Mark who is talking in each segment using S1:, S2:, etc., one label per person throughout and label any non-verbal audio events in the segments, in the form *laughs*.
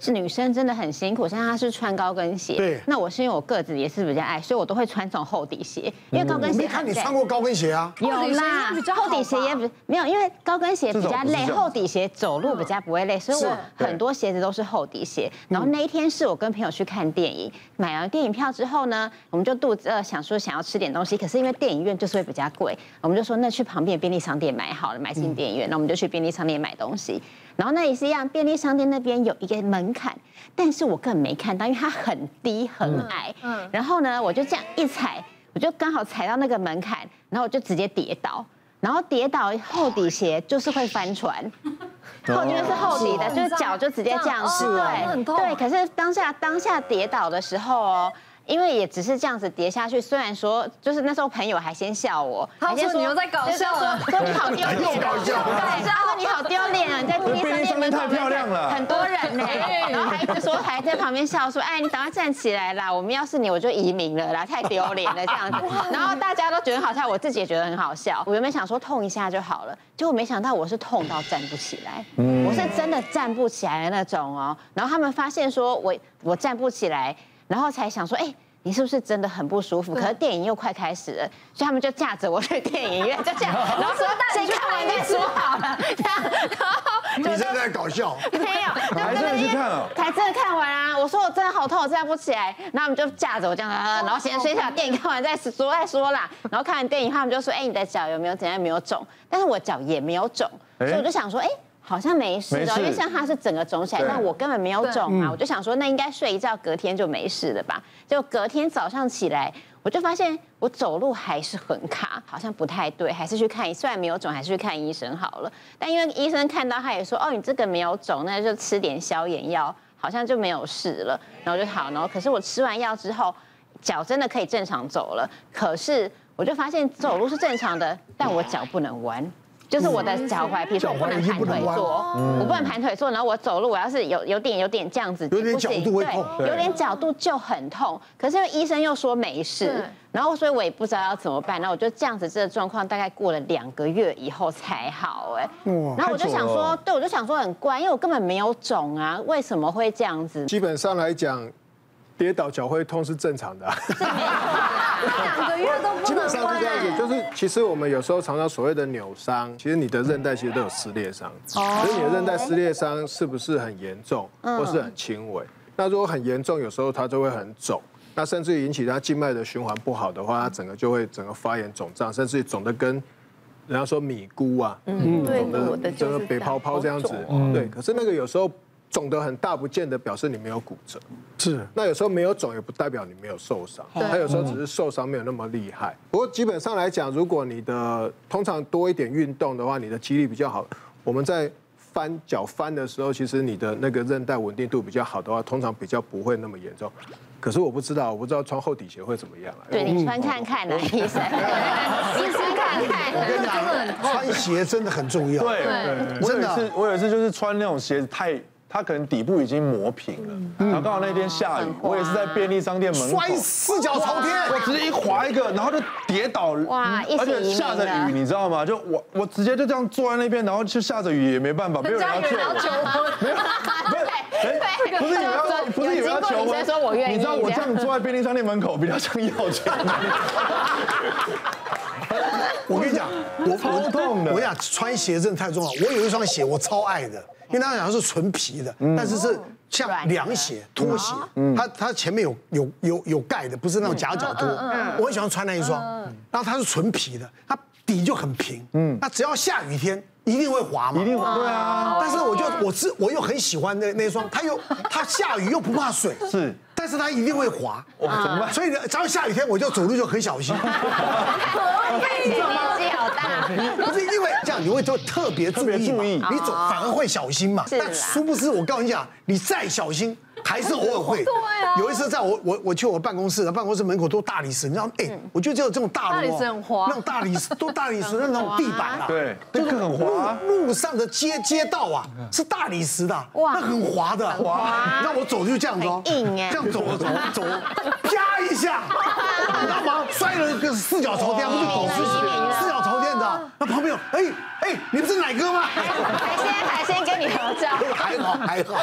S1: 是女生真的很辛苦，像她是穿高跟鞋，
S2: 对
S1: 那我是因为我个子也是比较矮，所以我都会穿这种厚底鞋，因为高跟
S2: 嗯我
S1: 鞋
S2: 没看你
S1: 很累
S2: 穿过高跟鞋啊，
S1: 有啦，厚底鞋也比没有，因为高跟鞋比较累，厚底鞋走路比较不会累，所以我很多鞋子都是厚底鞋。然后那一天是我跟朋友去看电影，买了电影票之后呢，我们就肚子饿，想说想要吃点东西，可是因为电影院就是会比较贵，我们就说那去旁边的便利商店买好了，买进电影院，那我们就去便利商店买东西。然后那也是一样，便利商店那边有一个门槛，但是我根本没看到，因为它很低很矮。嗯，然后呢，我就这样一踩，我就刚好踩到那个门槛，然后我就直接跌倒，然后跌倒厚底鞋就是会翻船，后就是
S3: 哦
S1: 厚底的，就是脚就直接这样子，
S3: 是啊那很痛
S1: 对，可是当下当下跌倒的时候哦。因为也只是这样子跌下去，虽然说就是那时候朋友还先笑我，
S3: 他
S1: 还先
S3: 说你又在搞笑了
S1: 就是说说你好丢脸，啊
S2: 又搞笑了
S1: 对，他说你好丢脸啊，你在便利商店门口
S4: 太漂亮了
S1: 很多人呢， *laughs* 然后还一直说还在旁边笑说，哎，你赶快站起来啦， *laughs* 我们要是你我就移民了啦，太丢脸了这样子。然后大家都觉得很好笑，我自己也觉得很好笑。我原本想说痛一下就好了，结果没想到我是痛到站不起来，我是真的站不起来的那种哦。然后他们发现说我我站不起来，然后才想说，哎。你是不是真的很不舒服？可是电影又快开始了，所以他们就架着我去电影院，就 *laughs* 这样，然后说先看完再说好了，这样，然后
S2: 你现在在搞笑，
S1: 没
S4: *laughs*
S1: 有，就
S4: 还真的去看哦
S1: 才真的看完啊！我说我真的好痛，我站不起来。然后他们就架着我这样，啊 *laughs* 然后先先把电影看完再说再说啦。然后看完电影，他们就说：“哎，你的脚有没有怎样？有没有肿？”但是我脚也没有肿，所
S4: 哎
S1: 以我就想说：“哎。”好像没事
S4: 没
S1: 哦，
S4: 事
S1: 因为像他是整个肿起来，
S4: 对
S1: 但我根本没有肿啊，我就想说那应该睡一觉，隔天就没事了吧？就隔天早上起来，我就发现我走路还是很卡，好像不太对，还是去看医，虽然没有肿，还是去看医生好了。但因为医生看到他也说，哦，你这个没有肿，那就吃点消炎药，好像就没有事了。然后我就好，然后可是我吃完药之后，脚真的可以正常走了，可是我就发现走路是正常的，但我脚不能弯。就是我的嗯脚踝，比如说我不能盘腿坐，哦
S4: 嗯
S1: 我不能盘腿坐，然后我走路，我要是有有点有点这样子，
S2: 有点
S1: 不行
S2: 角度会痛
S1: 对有点角度就很痛。可是因为医生又说没事
S3: 对，
S4: 嗯
S1: 然后所以我也不知道要怎么办，那我就这样子，这个状况大概过了两个月以后才好，哎，然后我就想
S4: 太久了
S1: 说
S4: 哦，
S1: 对，我就想说很怪，因为我根本没有肿啊，为什么会这样子？
S4: 嗯
S5: 基本上来讲，跌倒脚会痛是正常的啊、
S3: 两个月都不
S5: 基本上
S3: 能
S5: 是
S3: 关
S5: 这样子，就是其实我们有时候常常所谓的扭伤，其实你的韧带其实都有撕裂伤，所以你的韧带撕裂伤是不是很严重，或是很轻微？那如果很严重，有时候它就会很肿。那甚至于引起它静脉的循环不好的话，它整个就会整个发炎肿胀，甚至于肿的跟人家说米菇啊，嗯，肿
S6: 我的
S5: 的
S6: 就是
S5: 整个北泡泡这样子
S6: 好，
S5: 对。可是那个有时候肿得很大，不见得表示你没有骨折。
S2: 是
S5: 那有时候没有肿也不代表你没有受伤，它有时候只是受伤没有那么厉害。不过基本上来讲，如果你的通常多一点运动的话，你的肌力比较好。我们在翻脚翻的时候，其实你的那个韧带稳定度比较好的话，通常比较不会那么严重。可是我不知道，我不知道穿厚底鞋会怎么样啊。
S1: 对你穿看看啊，
S4: *laughs*
S1: 医生，你穿看啊看。
S2: 穿鞋真的很重要。
S4: 对，我有
S2: 真
S4: 一
S2: 的
S4: 次，我有一次就是穿那种鞋子太，它可能底部已经磨平了，然后刚好那天下雨，我也是在便利商店门口
S2: 摔。四脚朝天，
S4: 我直接一滑一个，然后就跌倒，嗯
S1: 哇一起
S4: 而且下着
S1: 移民了
S4: 雨，你知道吗？就我我直接就这样坐在那边，然后就下着雨也没办法，没有人要救我，没有，哎不是，不是你们要，不是你们要求
S1: 有经过女
S4: 我，
S1: 生说我愿意
S4: 你知道我这样坐在便利商店门口比较像要钱，
S2: 我跟你讲，我
S4: 超痛的
S2: 我跟你讲，穿鞋真的太重要。我有一双鞋我超爱的，因为它好像是纯皮的，
S4: 嗯
S2: 但是是像凉鞋、拖鞋，它它前面有有有有盖的，不是那种夹脚拖。我很喜欢穿那一双，然后它是纯皮的，它底就很平，嗯，那只要下雨天一定会滑嘛，哦
S4: 一定对啊，
S2: 但是我就我是我又很喜欢那那一双，它又它下雨又不怕水，
S4: 是，哦
S2: 但是它一定会滑，
S4: 哇，怎么
S1: 啊
S4: 办？
S2: 所以呢，只要下雨天我就走路就很小心。
S1: 你年纪好大，
S2: *laughs* 不是因为这样，你会就特别注
S4: 别
S2: 意嘛，
S4: 注意
S2: 你总反而会小心嘛。
S1: 是啦
S2: 但殊不知，我告诉你讲，啊你再小心，还是偶尔会。有一次，在我我我去我办公室，办公室门口都大理石，你知道，哎，我就只有这种大楼哦
S3: 大理石很滑
S2: 那种大理石 *laughs* 都大理石的那种地板啊，
S4: 对
S2: 就是
S4: 这个很滑
S2: 路路上的街街道啊，是大理石的，啊
S1: 哇
S2: 哇，那很滑的，啊
S1: 滑
S2: 你知道我走就这样子哦，
S1: 很硬哎
S2: 这样走走走，啪啪一下，你知道吗？摔了个四脚朝天，不是狗吃屎，四脚朝天的。那旁边有，哎哎，你们是奶哥吗？
S1: 海鲜海鲜跟你合照，
S2: 还好还好，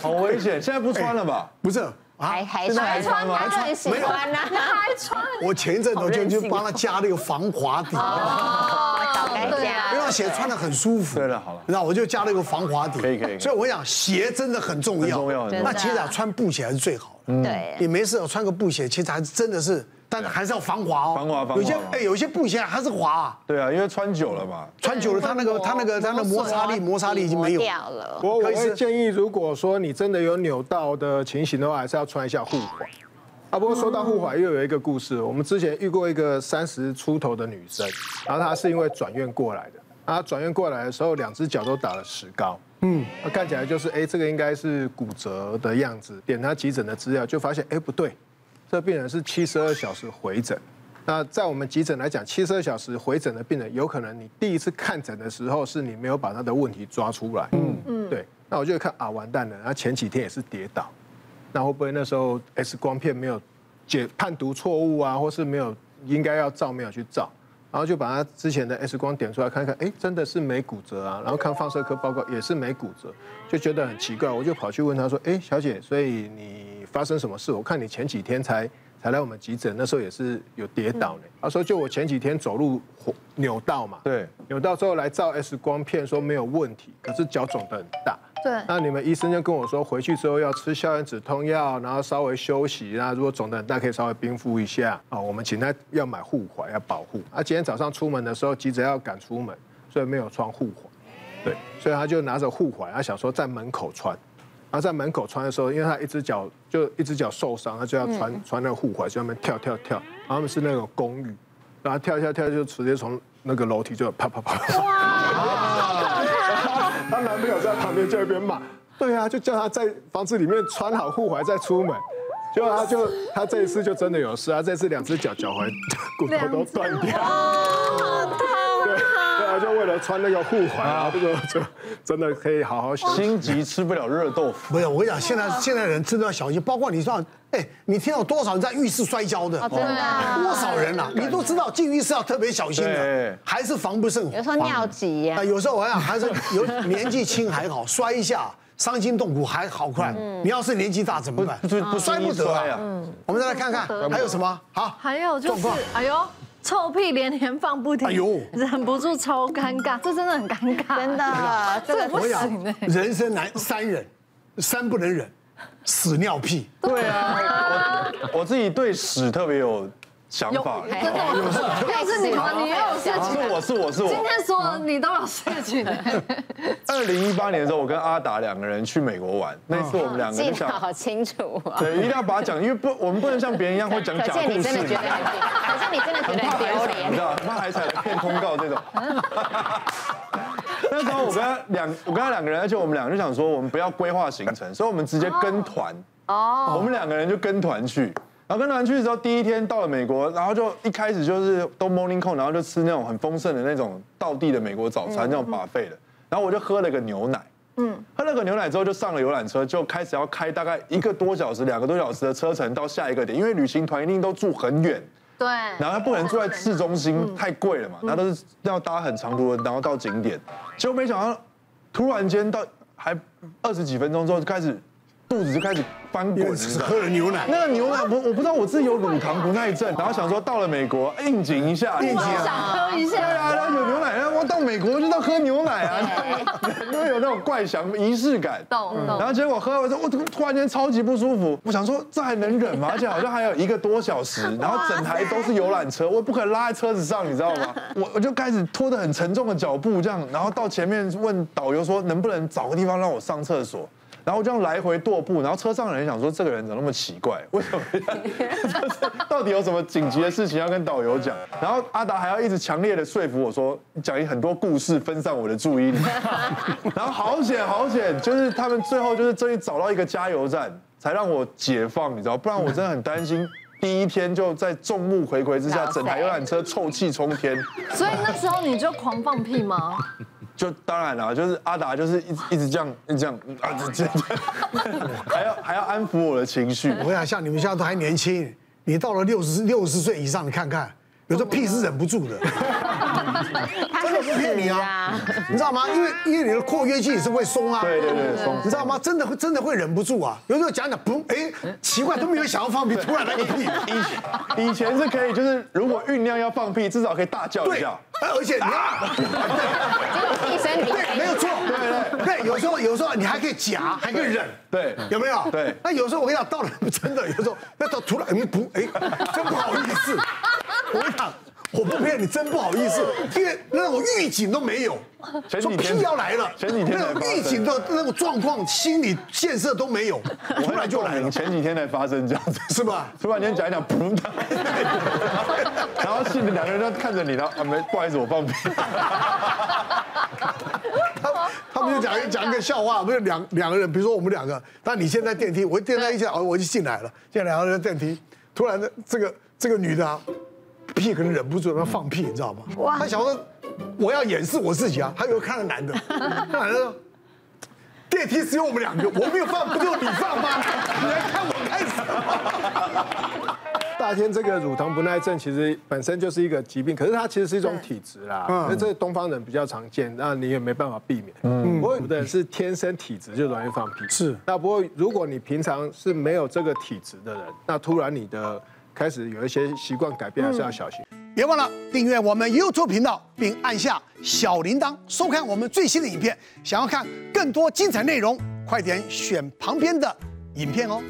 S4: 好危险，现在不穿了吧？
S2: 不是啊
S1: 还。还
S4: 现在
S1: 穿
S4: 还穿吗？
S3: 他很喜
S2: 没有
S3: 欢呐，他还穿。
S2: 我前一阵子
S3: 好
S2: 就
S3: 任性
S2: 就帮他加了一个防滑底，
S1: 哦，早该
S3: 对啊
S1: 加
S2: 因为他鞋穿的很舒服。
S4: 对了好了
S2: 那我就加了一个防滑底。
S4: 可以可以可以
S2: 所以我想鞋真的很重要，
S4: 很重要很嗯重
S1: 要
S2: 那其实啊，穿布鞋还是最好的。
S1: 对
S2: 你没事哦穿个布鞋，其实还真的是，但还是要防滑哦。
S4: 防滑防滑
S2: 有些哎，有些布鞋还是滑啊，
S4: 对啊，因为穿久了嘛。
S2: 穿久了它那个它那个它那个摩擦力摩擦力已经没有了。
S1: 掉了。
S5: 我我
S2: 可以是
S5: 会建议，如果说你真的有扭到的情形的话，还是要穿一下护踝。啊，不过说到护踝，又有一个故事。我们之前遇过一个三十出头的女生，然后她是因为转院过来的。啊她转院过来的时候，两只脚都打了石膏。嗯，那看起来就是，哎，这个应该是骨折的样子。点她急诊的资料，就发现，哎，不对，这病人是七十二小时回诊。那在我们急诊来讲，七十二小时回诊的病人，有可能你第一次看诊的时候是你没有把他的问题抓出来。嗯嗯，对。那我就看啊，完蛋了，他前几天也是跌倒，那会不会那时候 X 光片没有解判读错误啊，或是没有应该要照没有去照？然后就把他之前的 X 光点出来看看，哎，真的是没骨折啊。然后看放射科报告也是没骨折，就觉得很奇怪，我就跑去问他说，哎，小姐，所以你发生什么事？我看你前几天才才来我们急诊，那时候也是有跌倒呢。他说就我前几天走路扭到嘛，
S4: 对，
S5: 扭到之后来照 X 光片说没有问题，可是脚肿得很大。
S3: 对
S5: 那你们医生就跟我说，回去之后要吃消炎止痛药，然后稍微休息。那如果肿得很大，可以稍微冰敷一下啊。我们请他要买护踝，要保护。啊，今天早上出门的时候急着要赶出门，所以没有穿护踝。对，所以他就拿着护啊踝，他想说在门口穿。然后在门口穿的时候，因为他一只脚就一只脚受伤，他就要穿、穿那个护踝，就在那边跳跳跳。然后他们是那种公寓，然后跳跳跳就直接从那个楼梯就啪啪啪。她男朋友在旁边就一边骂，对啊，就叫她在房子里面穿好护踝再出门。结果她就她这一次就真的有事啊，这次两只脚脚踝骨头都断掉。对，对啊，就为了穿那个护踝啊，这个就真的可以好好休息。
S4: 心急吃不了热豆腐。
S2: 不是，我跟你讲，现在现在人真的要小心，包括你知道，哎，你听到多少人在浴室摔跤的？
S1: 真的啊
S2: 多少人啊？你都知道进浴室要特别小心的
S4: 对，
S2: 还是防不胜防。
S1: 有时候尿急呀
S2: 啊，，有时候我想还是有年纪轻还好，摔一下伤筋动骨还好快。你要是年纪大怎么办
S4: 不不？不
S2: 摔不得
S4: 摔
S2: 啊
S4: 啊！
S2: 我们再来看看还有什么好。
S3: 还有就
S2: 状
S3: 是
S2: 况，
S3: 哎呦，臭屁连连放不停，
S2: 哎呦
S3: 忍不住超尴尬，这真的很尴尬，
S1: 真的，这
S3: 这
S1: 个
S3: 不
S2: 我跟你
S3: 行哎
S2: 讲，。人生难三忍，三不能忍，屎尿屁。
S4: 对啊，我我自己对屎特别有想法。
S3: 真的，又是你吗？你又有事情？
S4: 是我是我是
S3: 今
S4: 我。
S3: 天所有你都有事情哎。
S4: 二零一八年的时候，我跟阿达两个人去美国玩，那次我们两个
S1: 记
S4: 就
S1: 得
S4: 想，
S1: 好清楚啊。
S4: 对，一定要把它讲，因为不，我们不能像别人一样会讲
S1: 可
S4: 假
S1: 见
S4: 故
S1: 你真的
S4: 事
S1: 觉得
S4: 嘛。
S1: 很丢，可是你真的觉
S4: 很
S1: 得
S4: 怕
S1: 很
S4: 海
S1: 丢
S2: *laughs*
S4: 产，你知
S1: 脸。
S4: *laughs* 道，很怕海产骗通告这种。 *laughs* 那时候我跟他两，我跟他两个人，而且我们两个就想说，我们不要规划行程，所以我们直接跟团。哦哦，我们两个人就跟团去。然后跟团去的时候，第一天到了美国，然后就一开始就是都 morning call，然后就吃那种很丰盛的那种道地的美国早餐，那种 buffet 的。然后我就喝了个牛奶，嗯，喝了个牛奶之后就上了游览车，就开始要开大概一个多小时、两个多小时的车程到下一个点，因为旅行团一定都住很远，
S3: 对，
S4: 然后他不能住在市中心，太贵了嘛，然后都是要搭很长途的，然后到景点，结果没想到突然间到还二十几分钟之后就开始肚子就开始翻 *laughs* 滚，你知道吗
S2: 喝了牛奶，
S4: 那个牛奶我我不知道我自己有乳糖不耐症，然后想说到了美国应景一下，应景啊
S3: 我 *laughs* 想喝一
S4: 对
S3: 下。
S4: 啊，然后有牛奶，然后我到美国就到喝牛奶啊，都有那种怪想仪式感。
S3: 懂
S4: 然
S3: 懂。
S4: 后结果喝完之后，我突然间超级不舒服，我想说这还能忍吗？而且好像还有一个多小时，然后整台都是游览车，我也不可能拉在车子上，你知道吗？我我就开始拖着很沉重的脚步这样，然后到前面问导游说能不能找个地方让我上厕所。然后这样来回踱步，然后车上的人想说这个人怎么那么奇怪，为什么就是 *laughs* 到底有什么紧急的事情要跟导游讲？然后阿达还要一直强烈的说服我说，讲很多故事分散我的注意力。然后好险好险，就是他们最后就是终于找到一个加油站，才让我解放，你知道，不然我真的很担心。第一天就在众目睽睽之下，整台游览车臭气冲天。
S3: 所以那时候你就狂放屁吗？
S4: 就当然啦，就是阿达就是一直一直这样，一直这样嗯啊，这这这，还要还要安抚我的情绪。
S2: 我想像你们现在都还年轻，你到了六十六十岁以上，你看看，有时候屁是忍不 *laughs* 住的，
S1: 他
S2: 真的不骗你啊，你知道吗？因为因为你的括约肌也是会松啊，
S4: 对对对松
S2: 你知道吗？真的会真的会忍不住啊，有时候讲讲，嘣，哎，奇怪，都没有想要放屁，突然来个屁，
S4: 以前以前是可以，就是如果酝酿要放屁，至少可以大叫一
S2: 对
S4: 下。，
S2: 而且你
S4: 啊
S2: 要。
S6: 一身鼻
S2: 对，没有错，对对对，有时候有时候你还可以夹，还可以忍，
S4: 对
S2: 有没有？
S4: 对
S2: 那有时候我跟你讲，到了真的，有时候那到突然，嗯不，哎，真不好意
S4: *laughs*
S2: 思，我跟你讲。我不骗你，真不好意思，因为那种预警都没有，
S4: 前
S2: 说
S4: 几天
S2: 屁要来了，
S4: 前几天才
S2: 那
S4: 发
S2: 种
S4: 生
S2: 预警的那种状况，心理建设都没有，突然就来了，
S4: 前几天才发生这样子， *laughs*
S2: 是吧？
S4: 突然间讲一讲，砰！ *laughs* 然后是两个人都看着你，然后啊没，不好意思，我放屁。
S2: *laughs* 他他们就讲讲一个笑话，不是两两个人，比如说我们两个，但你现在电梯，我电梯一下，哦，我就进来了，进来然后在电梯，突然这个这个女的、啊、屁可能忍不住要放屁，你知道吗？她想说我要掩饰我自己啊，她又看了男的，那男的说电梯只有我们两个，我没有放，不就你放吗？你来看我干什么？
S5: 大天这个乳糖不耐症其实本身就是一个疾病，可是它其实是一种体质啦。那这东方人比较常见，那你也没办法避免。嗯，不过有的人是天生体质就容易放屁。
S2: 是
S5: 那不过如果你平常是没有这个体质的人，那突然你的开始有一些习惯改变，还是要小心。
S2: 别忘了订阅我们 YouTube 频道，并按下小铃铛，收看我们最新的影片。想要看更多精彩内容，快点选旁边的影片哦。